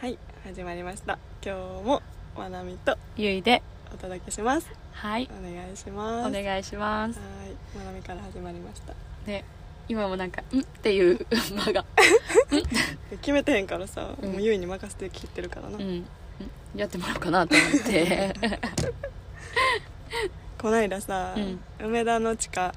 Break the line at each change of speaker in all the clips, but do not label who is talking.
はい始まりました今日もまなみと
ゆいで
お届けします
はい
お願いします
お願いします
はいまなみから始まりました
ね今もなんか「ん?」っていう 間が
決めてへんからさ、
うん
もうゆいに任せて聞いてるからな、
うんんやってもらおうかなと思って
こないださ、
うん
梅田の地下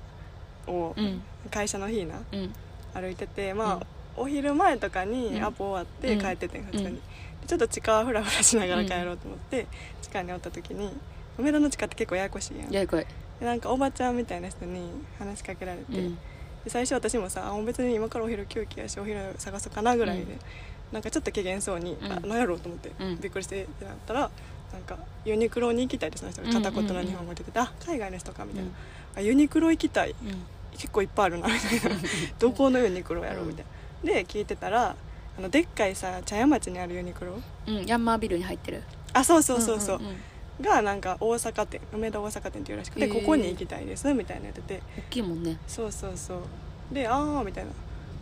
を
うん
会社の日な
うん
歩いててまあ、お昼前とかに
うん
アポ終わって
うん
帰っててん普通に、
うん
でちょっと地下はフラフラしながら帰ろうと思って、地下におった時に梅田の地下って結構ややこしいやん
やいこい、
でなんかおばちゃんみたいな人に話しかけられて、
うん、
で最初私もさあもう別に今からお昼休憩やしお昼探そうかなぐらいで、
うん
なんかちょっと機嫌そうに、
うん
あ何やろうと思って、
うん
びっくりしてってなったらなんかユニクロに行きたいってその人が片言の日本語で出てて、あ海外の人かみたいな、あユニクロ行きたい
うん
結構いっぱいあるなみたいなどこのユニクロやろうみたいな、で聞いてたらあのでっかいさ茶屋町にあるユニクロ
うん、ヤンマービルに入ってる
あそうそうそうそう,、
んんん
がなんか大阪店梅田大阪店っていうらしくて、
へえ
ここに行きたいですみたいなやってて
大きいもんね
そうそうそうでああみたいな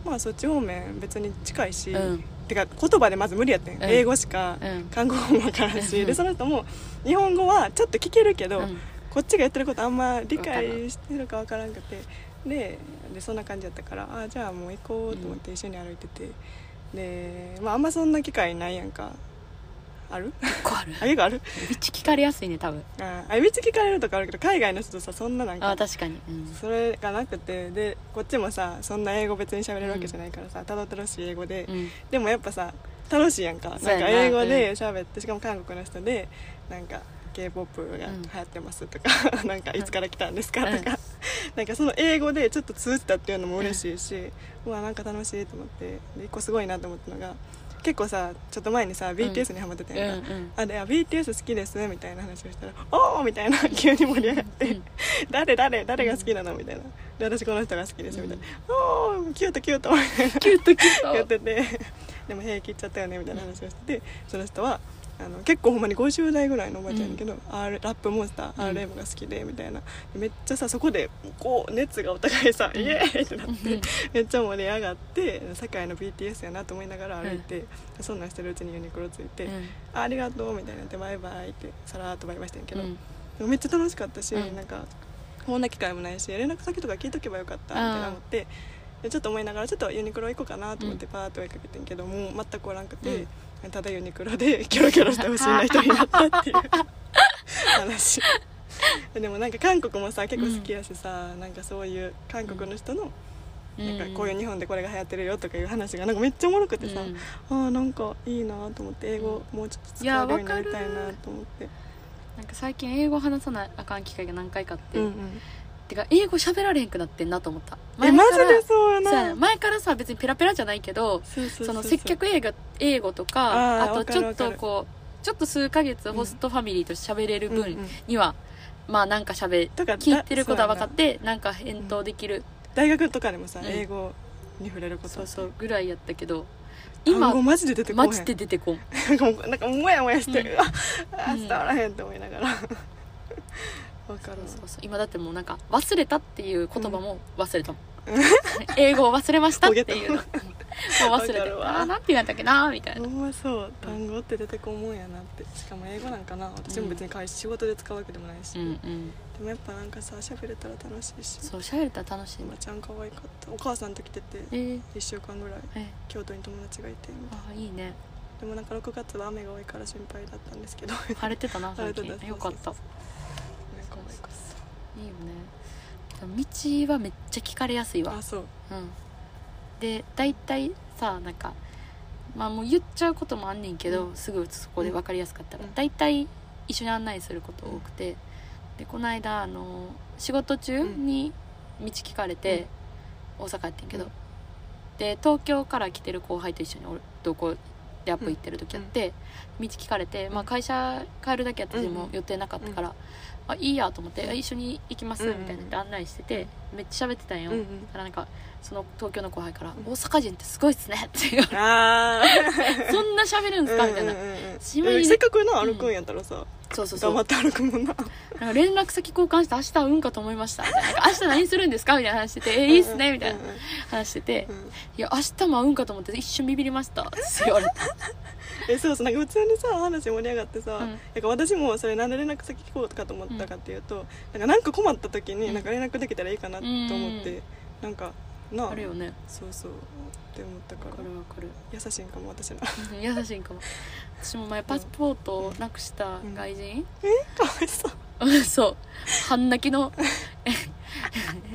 まあそっち方面別に近いし、
うん
てか言葉でまず無理やってん、
うん
英語しか
うん
韓国語も分からんし、
うん
でその人も日本語はちょっと聞けるけど、
うん
こっちが言ってることあんま理解してるか分からんくてででそんな感じやったからあーじゃあもう行こうと思って一緒に歩いてて、で、まあ、あんまそんな機会ないやんかある
結構ある
あ結構ある
道聞かれやすいね多分
あーあいびつ聞かれるとかあるけど海外の人とさそんななんか
あ確かにうん
それがなくてでこっちもさそんな英語別に喋れるわけじゃないからさ、たどたどしい英語で、
うん
でもやっぱさ楽しいやんかなん
そうやな
か英語で喋って、しかも韓国の人でなんか k p o p が流行ってますとか、 なんかいつから来たんですかとか、 なんかその英語でちょっと通じたっていうのも嬉しいし、うわなんか楽しいと思ってで一個すごいなと思ったのが結構さちょっと前にさ BTS にハマってた
うんう
やんか、
ん
あであ BTS 好きですみたいな話をしたら「おお!」みたいな 急に盛り上がって「
うん
誰誰誰が好きなの?」みたいな「で私この人が好きです」みたいな「おおキュートキュート」みたいな
キュッとキュ
やっ
ッ
て
と
てでも平気いっちゃったよねみたいな話をしててその人はあの結構ほんまに50代ぐらいのおばちゃんやけど、R ラップモンスター
うん
RM が好きでみたいなめっちゃさそこでこう熱がお互いさ、イエーイってなって、めっちゃ盛り上がって堺の BTS やなと思いながら歩いて、そんなんしてるうちにユニクロついて、
うん
あありがとうみたいになってバイバイってさらっとバイバイしてんけど、
うん
でもめっちゃ楽しかったし、
うん
なんかこんな機会もないし連絡先とか聞いとけばよかったみたいな思ってでちょっと思いながらちょっとユニクロ行こうかなと思ってパーッと追いかけてんけど、もう全くおらんくて、ただユニクロでキョロキョロしてほしいな人になったっていう 話でもなんか韓国もさ結構好きやしさ、なんかそういう韓国の人の、なんかこういう日本でこれが流行ってるよとかいう話がなんかめっちゃおもろくてさ、
うん
ああなんかいいなと思って英語もうちょっと使えるようになりたいなと思って
なんか最近英語話さなあかん機会が何回かあって、
うんうん
てか英語喋られへんくなってんなと思った
えマジでそうや
そうや
な
な前からさ別にペラペラじゃないけど
そうそう
そ
そう
の接客英語英語とか
あー
あとちょ
わ
っ
かるわか
と
る
こうちょっと数ヶ月ホストファミリーと喋れ
う
る
んうん
分には、まあなんか喋
とか
聞いてることは分か
だ
ってなんか返答できる、
大学とかでもさ、
うん
英語に触れること
そうそううぐらいやったけど
今
今
語マジで出てこへん
マジで出てこん
なんかもうなんかもやもやして
うん
る、うわ あ
うん
伝わらへんと思いながらわかる
そうそうそう今だってもうなんか忘れたっていう言葉も忘れたもん、 英語を忘れましたっていうの もう忘れて
わか
あ
るわ
ーなんて言うんだっけなーみたいな
ほんまそう単語って出てこんもんやなってしかも英語なんかな私も別に会仕事で使うわけでもないし、
うんう
で
ん
もやっぱなんかさ喋れたら楽しいし
そう喋れたら楽しい
お
ね
ばちゃん可愛かったお母さんと来てて
えー、
1週間ぐらい
え
京都に友達がいて
あーいいね
でもなんか6月は雨が多いから心配だったんですけどなんか
晴れてたな最近
晴れてた
よかった
そう可愛かっ
いいよね道はめっちゃ聞かれやすい
た
わ
あそう
うんで大体さなんかまあもう言っちゃうこともあんねんけど、
うん
すぐそこで分かりやすかったら、
うん
大体一緒に案内すること多くて、でこの間あの仕事中に道聞かれて、大阪やってんけど、
うん
で東京から来てる後輩と一緒に俺同行でアップ行ってる時やって、道聞かれて、まあ、会社帰るだけやったし
うんうん
もう予定なかったから、あいいやと思って、あ一緒に行きます
うん
み
うん
たいなんで案内してて、めっちゃ喋ってたんよ、
うんうん
だからなんかその東京の後輩から
うん
「大阪人ってすごいっすね」って言われ
ああ
て「そんな喋るんすか?」みたいな
うんうんうんうん
島に
せっかくな歩くんやったらさ、
そうそうそう
黙って歩くもんな
なんか連絡先交換して明日会うんかと思いましたみたいななんか明日何するんですかみたいな話してて「えいいっすね」みたいな
うんうん
話してて
うんうん
「いや明日も会うんかと思って一瞬ビビりました」って言われて
えそうそうなんか普通にさ話盛り上がってさ、
う
な
ん
んか私もそれなんで連絡先聞こうかと思ったかっていうと、なんかなんか困った時に
うん
なんか連絡できたらいいかなと思って、
う
なんかなあ
あるよね
そうそうって思ったか
わ
ら
かるわかる
優しいんかも私ら か
うん優しいんかも私も前パスポートをなくした外人、
わいそう
そう半泣きの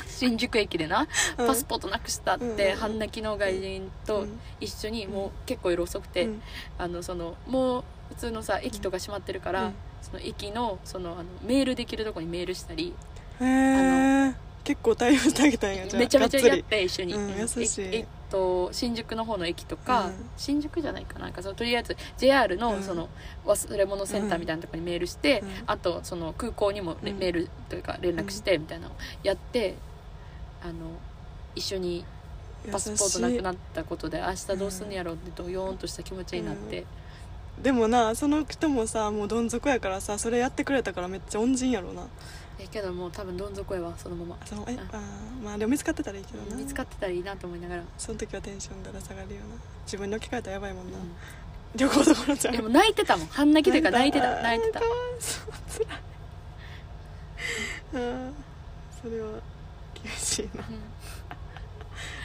新宿駅でな
うん
パスポートなくしたっ
うんうん
て半泣きの外人と一緒にもう結構夜遅くて、
うん
あのそのもう普通のさ駅とか閉まってるから、
うん
その駅のそのあのメールできるとこにメールしたり
へえ結構対応してあげたんやじゃあ
めちゃめちゃやっ
がっつり
て一緒に、
うん
うん
優しい
ええっと新宿の方の駅とか、
うん
新宿じゃないかななんかそのとりあえず JR
う
の
ん
その忘れ物センターみたいなところにメールして、
うん
あとその空港にもレ
うん
メールというか連絡してみたいなのをやってあの一緒にパスポートなくなったことで明日どうすんのやろうってドヨーンとした気持ちになって、
優しいでもなその人もさもうどん底やからさそれやってくれたからめっちゃ恩人やろうな
えけどもう多分どん底やわそのまま
そのえ
あ
あーまあでも見つかってたらいいけどな
見つかってたらいいなと思いながら、
その時はテンションだら下がるよな自分に置き換えたらやばいもんな、
う
旅行どころじゃ
ん
ん
でも泣いてたもん半泣きというか泣いてた泣いてた
かわいそうつらいあーそれは厳しいな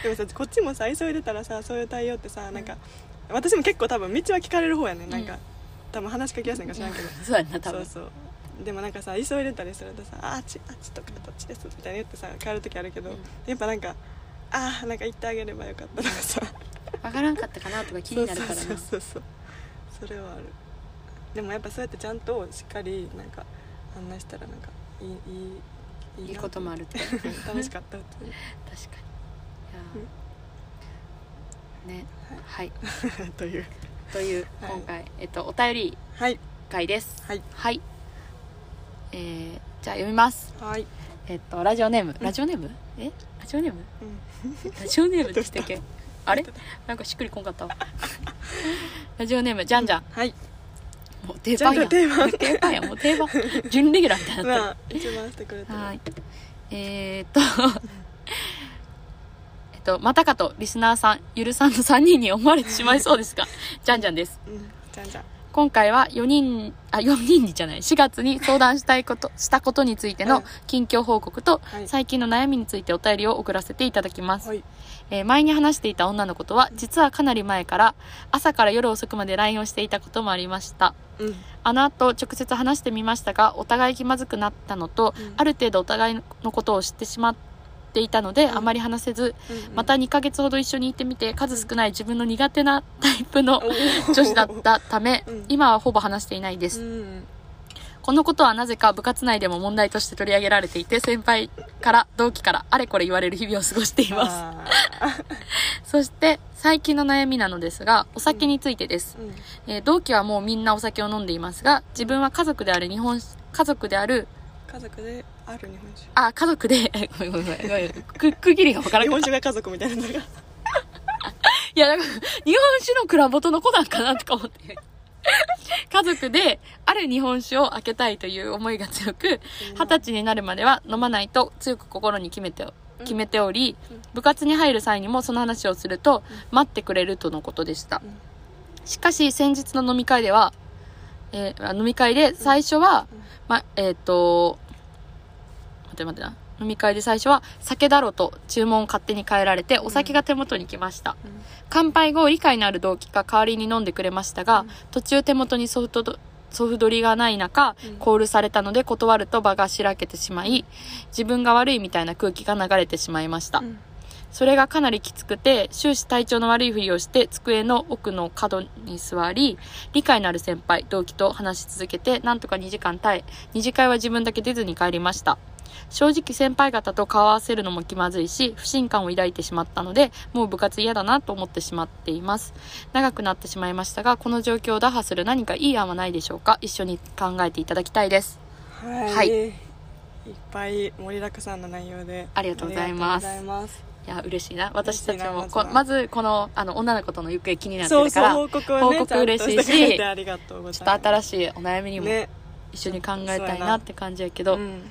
でもさこっちもさ急いでたらさそういう対応ってさなんか、私も結構多分道は聞かれる方やねんなんか、
うん
多分話しかけやすいんか知らんけど、
そうやんな多
そう
分
そうでもなんかさ急いでたりするとさ「あっちあっちとかどっちです」みたいに言ってさ帰る時あるけど、
うん
やっぱなんか「ああんか言ってあげればよかった」とかさ
分からんかったかなと か気になるからな
そうそうそうそうそれはあるでもやっぱそうやってちゃんとしっかりなんか案内したらなんかいいいい
いいこともあるって確
なと
か
思って 楽しかったっていう
にいやーねはい、
という
という
はい
今回、えっと、お便り
はい
会です
はい
はいえー、じゃあ読みます
はい、
えっとラジオネームラジオネーム、えラジオネーム
うん、
ラジオネームでしたっけあれなんかしっくりこん かったわラジオネームじゃんじゃん
はい
もう定番やん
じゃんじゃん定番
定番やんもう定番準レギュラーみたいにな
ま
っ
あ一番してくれ
て
て
る
る
はいえー、っと えっとまたかとリスナーさんゆるさんの3人に思われてしまいそうですがじゃんじゃんです
うんじゃんじゃん
今回は4人あ4人にじゃない4月に相談した いことしたことについて
う
の
ん
近況報告と
はい
最近の悩みについてお便りを送らせていただきます
はい
えー前に話していた女の子とは実はかなり前から朝から夜遅くまで LINE をしていたこともありました
うん
あの後直接話してみましたがお互い気まずくなったのと、
うん
ある程度お互いのことを知ってしまっていたので、
ん
あまり話せず
うん
また2ヶ月ほど一緒にいてみて数少ない自分の苦手なタイプの
お ー
女子だったため、
うん
今はほぼ話していないで
う
す、
ん
このことはなぜか部活内でも問題として取り上げられていて先輩から同期からあれこれ言われる日々を過ごしています
あ
そして最近の悩みなのですがお酒についてです
ー、うん
えー同期はもうみんなお酒を飲んでいますが自分は家族である日本家族である
家族である日本酒
あ家族で ごめんごめんごめんごめんく区切りが分から
日
んかっ
本
た
酒が家族みたいなのが
いやなんか日本酒の蔵元の子なんかなとか思って家族である日本酒を開けたいという思いが強く二十歳になるまでは飲まないと強く心に決めて決めており
うん
部活に入る際にもその話をすると待ってくれるとのことでした
うん
しかし先日の飲み会では、えーあ飲み会で最初は、
うん
ま、えっ、と待って待ってな飲み会で最初は酒だろと注文を勝手に変えられてお酒が手元に来ました、
うん
乾杯後理解のある同期が代わりに飲んでくれましたが、
うん
途中手元にソフトドソフ取りがない中、
うん
コールされたので断ると場がしらけてしまい自分が悪いみたいな空気が流れてしまいました、
うん
それがかなりきつくて終始体調の悪いふりをして机の奥の角に座り理解のある先輩同期と話し続けてなんとか2時間耐え二次会は自分だけ出ずに帰りました正直先輩方と顔合わせるのも気まずいし不信感を抱いてしまったのでもう部活嫌だなと思ってしまっています長くなってしまいましたがこの状況を打破する何かいい案はないでしょうか一緒に考えていただきたいです
はい、
はい
い、っぱい盛りだくさんの内容で
ありがとうございます
ありがとうございます
いや嬉しいな私たち
嬉しい
も
な
こ
まずは
まずこのあの女の子との行方気になって
そう
るか
そう
ら
報告をね
報告嬉しい
ちゃん
し
とてくれてありがとうございま
ち
す
ょっと新しいお悩みにも
ね
一緒に考えたいなって感じやけ
う
ど、
ん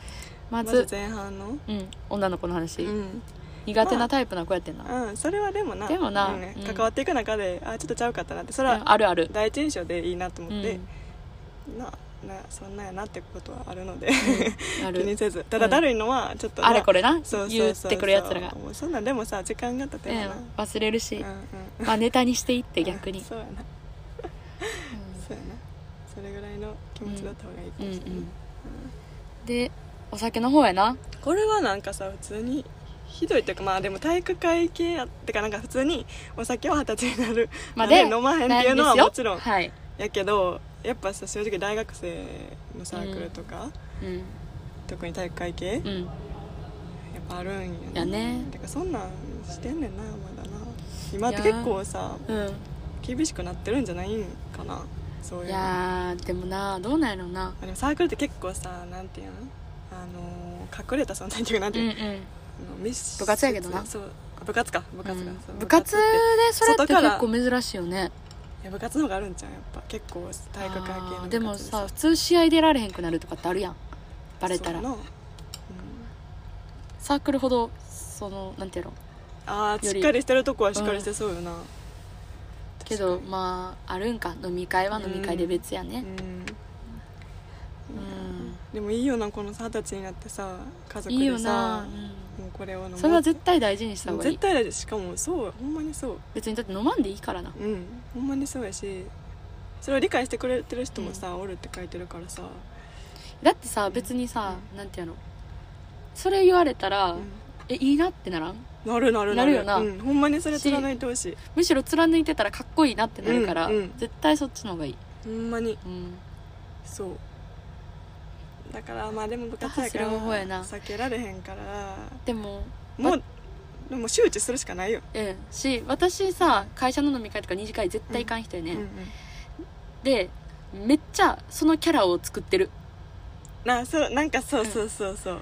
ま
まず
ず、
前半の
うん、女の子の話、
うん、
苦手なタイプな子やってんな、
うん、それはでもな
でもな
うんね
うん
関わっていく中であちょっとちゃうかったなってそれ
う
は
んあるある、
第一印象でいいなと
う
思
ん
って、ななそんなんやなってことはあるので
あ
気に
る
せずただだるいのはちょっとな、
あれこれな
そうそうそう
言ってくるやつらが、
もうそんなんでもさ時間が経て
うん
ばな、
忘れ
う
る
ん
し、
うん
まあ、ネタにしていって逆に、
そうやなそうやなそれぐらいの気持ちだった方がいいか
うん
も
うん
しれない、
でお酒の方やな
これはなんかさ普通にひどいっていうかまあでも体育会系やってかなんか普通にお酒は二十歳になるま
まあ
で
で
飲まへんっていうのは
なん
も
です
ち
よ
ろん
はい、
やけどやっぱさ正直大学生のサークルとか、
うん
特に体育会系、
う
やっ
ん、
ぱあるんやね
やね
てかそんなんしてんねんなまだな今って結構さ
うん
厳しくなってるんじゃないんかなそういう
い
の
やーでもなどうなんやろうな
まあでもサークルって結構さなんていうのあのー隠れた存在っていうかなんて
う
い
ん
う
う
の、
ん
あの密室
部活やけどな
そうあ部活か部活が、そううん
部活でそれって結構珍しいよね
いや部活の方があるんちゃうやっぱ結構体育会系の部
あ
活
ーでもさ普通試合出られへんくなるとかってあるやんバレたら
そうなうん
サークルほどそのなんていうの
あー
よ
し
り
っかりしてるとこはしっかりしてそうよな、
けど
確か
まああるんか飲み会は飲み会で別や
に
ね
うん
うん
でもいいよなこのさ二十歳になってさ家族
いいよ
で
な
さ、
う
もうこれを飲む
ん、それは絶対大事にした方がい
絶
い
対だよしかもそうほんまにそう
別にだって飲まんでいいからな
うんほんまにそうやしそれを理解してくれてる人もさ、おるって書いてるからさ、
だってさ別にさ、なんていうのそれ言われたら、
うん
えいいなってならん
なるなる
なるよな
うん、ほんまにそれ貫いてほしい
むしろ貫いてたらかっこいいなってなるから、
うんうん
絶対そっちの方がいい、
ほんまに
うん、
そうだからまあでも部活やから
だからそれもそうやな
避けられへんから
でも
もうでも周知するしかないよ、
うんし私さ会社の飲み会とか二次会絶対行かん人やね、
うんうん、
でめっちゃそのキャラを作ってる
なそうなんかそうそうそうそう、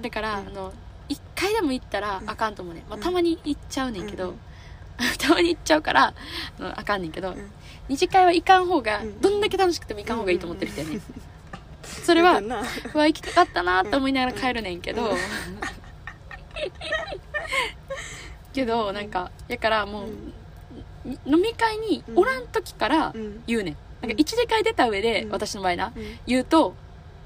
だから、
うん
あの1回でも行ったら
うん
あかんと思うね、まあ、
うん
たまに行っちゃうねんけど、
うん
たまに行っちゃうからあのあかんねんけど、
ん
二次会は行かん方が、
うん
どんだけ楽しくても行かん方がいいと思ってる人やね、んそれは
みたいな
うわ行きたかったなと思いながら帰るねんけど、
うん
けどなんかやからもう、
うん
に飲み会におらん時から
うん
言うねんなんか一次会出た上で、
うん
私の場合な
うん
言うと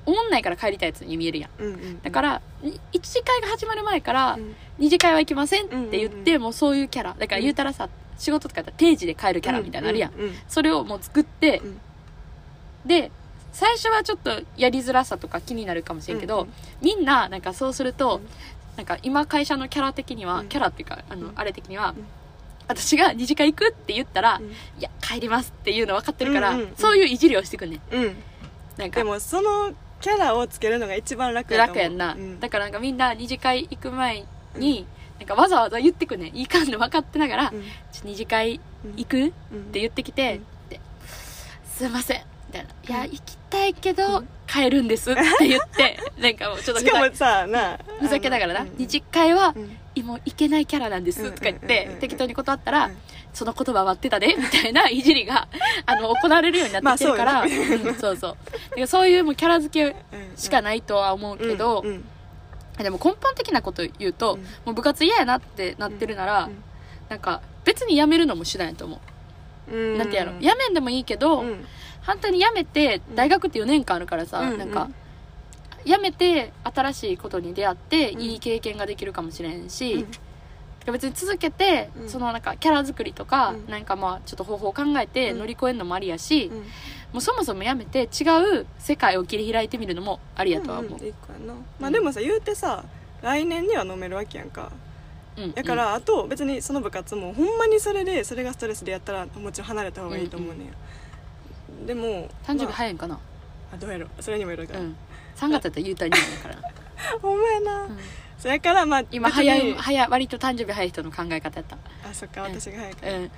思んないから帰りたいやつに見えるや
う
ん
んうん
だからに一次会が始まる前から、
うん
二次会は行きませんって言って、
うんうんう
もうそういうキャラだから言うたらさ仕事とかやったら定時で帰るキャラみたいなのあるやん、
うんうん
それをもう作って、
うん
で最初はちょっとやりづらさとか気になるかもしれんけど、
うんうん
みんななんかそうすると、
うん
なんか今会社のキャラ的には、
うん
キャラっていうかあ
う
の、
ん
あれ的には、
うん
私が二次会行くって言ったら、
うん
いや帰りますっていうの分かってるから、
うんうんうん
そういういじりをしてくんねん
うんうん
なんか
でもそのキャラをつけるのが一番楽やと
楽
思う
やんな、
うん
だからなんかみんな二次会行く前に、なんかわざわざ言ってくんねんいかんの分かってながら、
うん
ちょ二次会行く、っ
うん
て言ってきて、
うん
ですいませんみたいな「いや
うん
行きたいけど、
うん
帰るんです」って言って なんかもうちょっと
し
ふざ
かもさなあ
ふざけながらな
あのう
「
ん
二次会は
うん
もう行けないキャラなんです」
うん
とか言っ
うんうん
て
うん
適当に断ったら
うん
「その言葉待ってたで」みたいないじりがあの行われるようになってきてるから、
まあ
うんそうそうだからそういうもうキャラ付け
うん
しかないとは思うけど、
うんうん
でも根本的なこと言うと、
うん
もう部活嫌やなってなってるなら、
うん
なんか別に辞めるのも手段やと思う、
うん
なんてやろ辞めんでもいいけど、
うん
反対に辞めて
うん
大学って4年間あるからさ、
うん
なんか辞めて新しいことに出会って
うん
いい経験ができるかもしれんし、
うん
てか別に続けて、
うん
そのなんかキャラ作りとか、
うん
なんかまあちょっと方法を考えて
うん
乗り越えるのもありやし、
うん
もうそもそも辞めて違う世界を切り開いてみるのもありやとは思う、
んん一個やなまあでもさ言うてさ来年には飲めるわけやんか
うん
だから、あと別にその部活もほんまにそれでそれがストレスでやったらもちろん離れた方がいいと思うねんや、でも
誕生日
ま
早いんかな、
あ、あどうやろそれにもよるから、
うん3月だったら優待になるからな、
ほんまやな、
うん
それからまあ
今
別に
早い早い割と誕生日早い人の考え方やった
あそっか私が早いから、
うん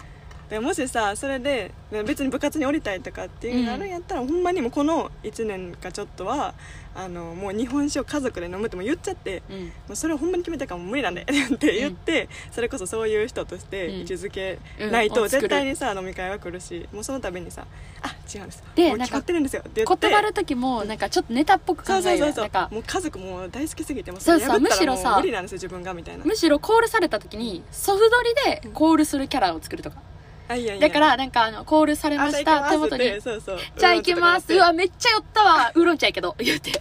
でもしさそれでで別に部活に降りたいとかっていうのがあるんやったら、ほんまにもうこの1年かちょっとはあのもう日本酒を家族で飲むってもう言っちゃって
うん
もうそれをほんまに決めたからもう無理なんでって言って、それこそそういう人として
うん
位置づけない
うん
と
を作る
絶対にさ、飲み会は来るしもうそのためにさ「あ違うんです
で
もう
なん
決
か
まってるんですよ」って言って
断る時もなんかちょっとネタっぽく考
そうそ
え
うそう
る
そ
な
うん
か
もう家族もう大好きすぎてもう
そうそう
破ったら
むしろさ
もう無理なんですよ自分がみたいな
むしろコールされた時にソフ撮りでコールするキャラを作るとか
あいやいや
だからなんかあのコールされました
あ
手
じゃあ行きます
元
っ
に
てそうそう
「じゃあ行きます」「うわめっちゃ寄ったわウーロン茶やけど」言うて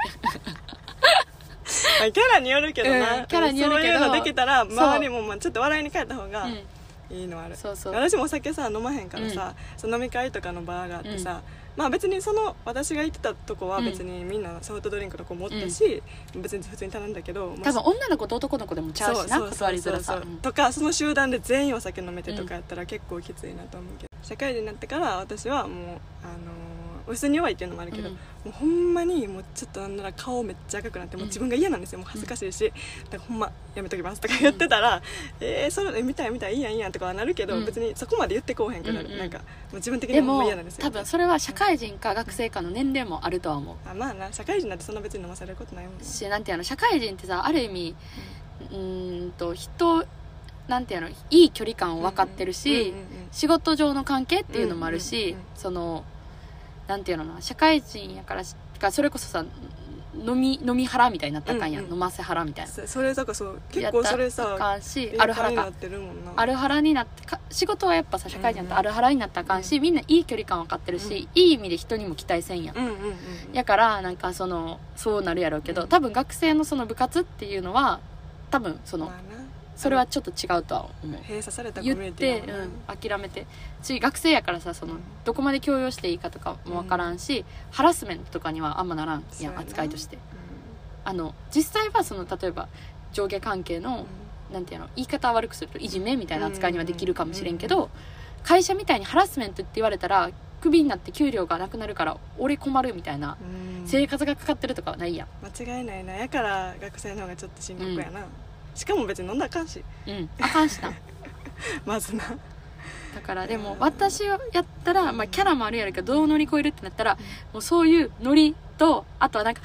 まあキャラによるけどな、
うんキャラによるけ
そ
ど
ういうのできたら
そう
周りもまあちょっと笑いに変えた方が
うん
いいのはある、
そうそう
私もお酒さ飲まへんからさ、その飲み会とかの場があってさ、まあ別にその私が行ってたとこは別にみんなソフトドリンクとか持ったし、別に普通に頼んだけど
多分女の子と男の子でもちゃうしな断りづ
そ
らさ
うそうそうそう
うん
とかその集団で全員お酒飲めてとかやったら結構きついなと思うけど、社会人になってから私はもうあのー薄に弱いっていうのもあるけど、
うん
もうほんまにもうちょっとなんなら顔めっちゃ赤くなってもう自分が嫌なんですよもう恥ずかしいし、だからほんまやめときますとか言ってたら、えー、それ見たい見たいいいやんいいやんとかはなるけど、
うん
別にそこまで言ってこうへんくなる、
うんうん
なんかもう自分的に
で
ももう
も
嫌なんですよ
多分それは社会人か学生かの年齢もあるとは思う
あまあな社会人なんてそんな別に飲まされることないもんな
しなんていうの社会人ってさある意味うーんと人なんていうのいい距離感を分かってる
うん
し、
うんうん
仕事上の関係っていうのもあるし、
うんうんうん
そのなんていうのかな社会人やからしかそれこそさ飲み飲み腹みたいになったらあかんやん、
うんうん
飲ませ腹みたいな
そそれだからそう結構それ
やった
さ
らあかんし
敏
ある
感
腹
にな
か
ってるもんな
ある腹になってか仕事はやっぱさ社会人だとある腹になったらあかんし、
う
みんないい距離感分かってるし、いい意味で人にも期待せんやん
うんうんうんうん
やからなんかそのそうなるやろうけど、多分学生のその部活っていうのは多分その、
まあな
それはちょっと違うとは思う
閉鎖されたコミュ
言っ
ニテ
て
ィ、だもんな
うん、諦めてし学生やからさそのどこまで強要していいかとかもわからんし、ハラスメントとかにはあんまならん
そう
や
や
ん
な
扱いとしてあの実際はその例えば上下関係の、なんていうの言い方を悪くするといじめみたいな扱いにはできるかもしれんけど、会社みたいにハラスメントって言われたらクビになって給料がなくなるから俺困るみたいな、
うんうん
生活がかかってるとかはないやん
間違いないなやから学生の方がちょっと深刻やな、しかも別に飲んだらあかんし
うんあかん しな
まずな
だからでも私やったら、まあ、キャラもあるやるけどどう乗り越えるってなったらもうそういうノリとあとはなんか、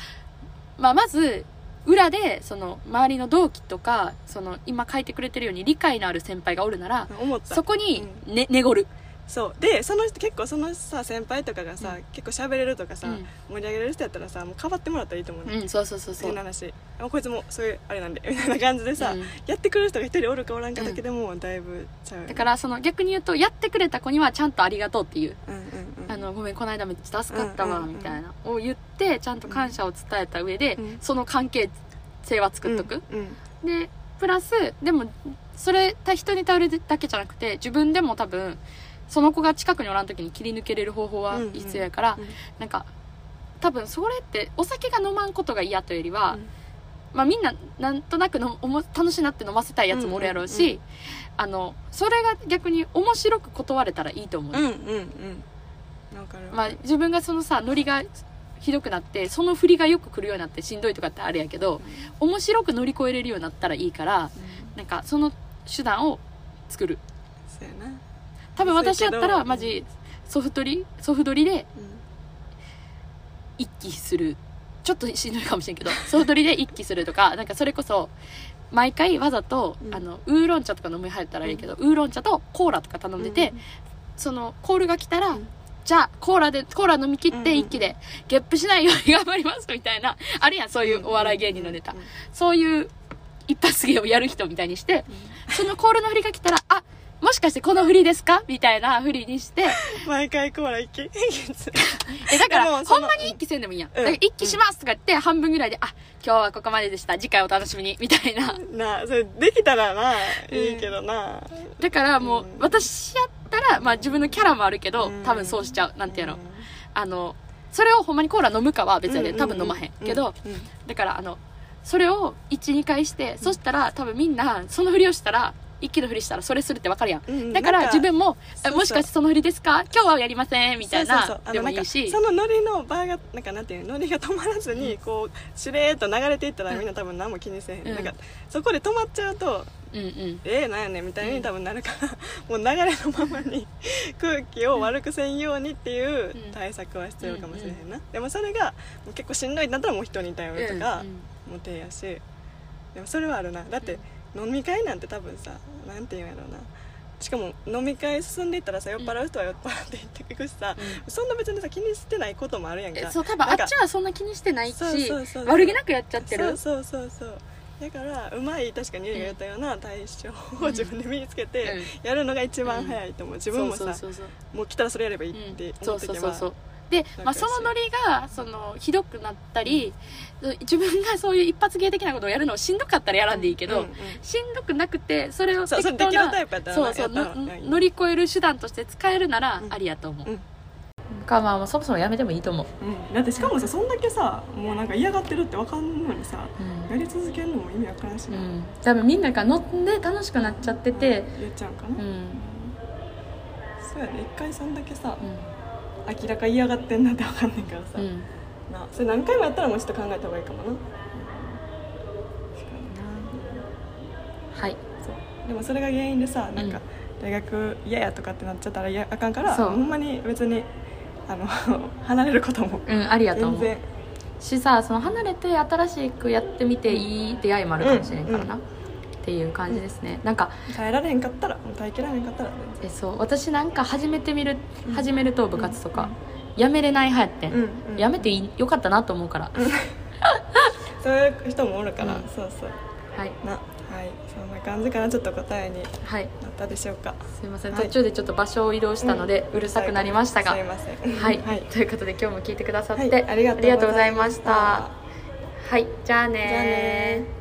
まあ、まず裏でその周りの同期とかその今書いてくれてるように理解のある先輩がおるなら
思った
そこにねねごる、
そうでその人結構そのさ先輩とかがさ、
う
結構喋れるとか
う
さ、
ん
盛り上げれる人やったらさもうかばってもらったらいいと思うね、
うん、そうそうそうそ
次
う
の話あこいつもそういうあれなんでみたいな感じでさ、
うん
やってくれる人が一人おるかおらんかだけでもだいぶちゃうよね、
だからその逆に言うとやってくれた子にはちゃんとありがとうっていう、
うんうんうん、
あのごめんこの間めっちゃ助かった
う
わ
んうんうん
みたいな、を言ってちゃんと感謝を伝えた上で、
うん
その関係性は作っとく、
うんうん
でプラスでもそれた人に頼るだけじゃなくて自分でも多分その子が近くにおらん時に切り抜けれる方法は
うんうん
必要やから、
うん
なんか多分それってお酒が飲まんことが嫌というよりは、
うん
まあ、みんななんとなくのおも楽しなって飲ませたいやつもおるやろうし、
うんうんう
あのそれが逆に面白く断れたらいいと思う、
うんうんうんわかる
まあ、自分がそのさノリがひどくなってその振りがよく来るようになってしんどいとかってあれやけど面白く乗り越えれるようになったらいいからなんかその手段を作る
そうやな
多分私やっ
そ
た
うやけ
ら
ど
マジソフトリソフ取りで
う
一気するちょっとしんどいかもしれ んけどソフトリで一気するとかなんかそれこそ毎回わざと、
うん
あのウーロン茶とか飲み入ったらいいけど、ウーロン茶とコーラとか頼んでて、そのコールが来たら、
うん
じゃあコーラでコーラ飲み切
う
っ
んうん
て一気で、ゲップしないように頑張りますみたいなあるやんそういうお笑い芸人のネタ、
うんうん
そういう一発芸をやる人みたいにしてそのコールの振りが来たらあもしかしてこの振りですかみたいな振りにして
毎回コーラ一気
え
で
だから
もそ
ほん
の
まに一気せんでもいいやん、
ん
だから一気しますとか言って半分ぐらいであ今日はここまででした次回お楽しみにみたいな
なあそれできたらないいけどな、
だからもう
うん
私やったら、まあ、自分のキャラもあるけど
うん
多分そうしちゃうなんていうの、
うん
あのそれをほんまにコーラ飲むかは別やで
う
多分飲まへんけど、
うんうん
だからあのそれを12回してそしたら多分みんなそのふりをしたら一気のふりしたらそれするってわかるやん
うんうん
だから
なん
自分も「
そうそう
もしかしてそのふりですか今日はやりません」みたい
そうそう
な
そうあ
で
の
も
なん
いい
か
し
そのノリの場がなんかなんていうのノリが止まらずにこうしれーっと流れていったら
うん
みんな多分何も気にせへん,、
うん
なんかそこで止まっちゃうと
うんうん
えー、なんやねんみたいうに
ん
多分なるから、 もう流れのまま に空気を悪くせんようにっていう
うん
対策は必要かもしれへんな、でもそれがもう結構しんどいんだったらもう人に頼るとか、
うん
もう手やしでもそれはあるなだって飲み会なんて多分さなんていうんやろうなしかも飲み会進んでいったらさ酔っ払う人は酔っ払って行っていくしさ、
う
そんな別にさ気にしてないこともあるやん
え
か
そう多分あ
な
っ
んか
ちはそんな気にしてないし
そうそうそうそう
悪気なくやっちゃって
そう
る
そうそうそうだからうまい確かにゆりが言ったような対処
うん
を自分で身につけてやるのが一番早いと思う自分もさ
そうそうそうそう
もう来たらそれやればい
うん
いって
そ
思っ
う
て
そう
け
そ
ば、
うそうで、まあ、そのノリがそのひどくなったり、自分がそういう一発芸的なことをやるのをしんどかったらやらんでいいけ
う
ど、
んうん
しんどくなくてそれを
そうそ
適
れで
当
きる
な
タイプやったらな
そうそう
やった
の
らいい
乗り越える手段として使えるなら
うん
ありやと思う、
うん
かまあそもそもやめてもいいと思う、
うんだってしかもさそんだけさもうなんか嫌がってるって分かんのにさ
う
やり続けるのも意味わからんし
ん
な、
多分みんなが乗って楽しくなっちゃってて
やっちゃうんかな、
うん
そうやね一回そんだけさ
うん
明らか嫌がってんなって分かんねんからさ、
うん
なそれ何回もやったらもうちょっと考えた方がいいかもな確かに
はい
そうでもそれが原因でさなんか大学嫌やとかってなっちゃったらいやあかんから
そう
ほんまに別にあの 離れることも
うんありやと
全
思う
然
しさその離れて新しくやってみていい出会いもあるかもしれんからな、っていう感じですね、なんか
耐えられへんかったらもう耐えきられへんかったら全
えそう私なんか始めてみる
うん
始めると部活とか、やめれない派やってん、
然、うんうん、
やめていいよかったなと思うから、
そういう人もおるから、
うん
そうそう
はい
なはいそんな感じかなちょっと答えに
はい
なったでしょうか
すいません
はい
途中でちょっと場所を移動したので、うるさくなりましたが
すいません
はい、
はい、
ということで今日も聞いてくださっ
は
て、
いありがとうございました
ありがとうございましたはいじゃあね
じゃあねー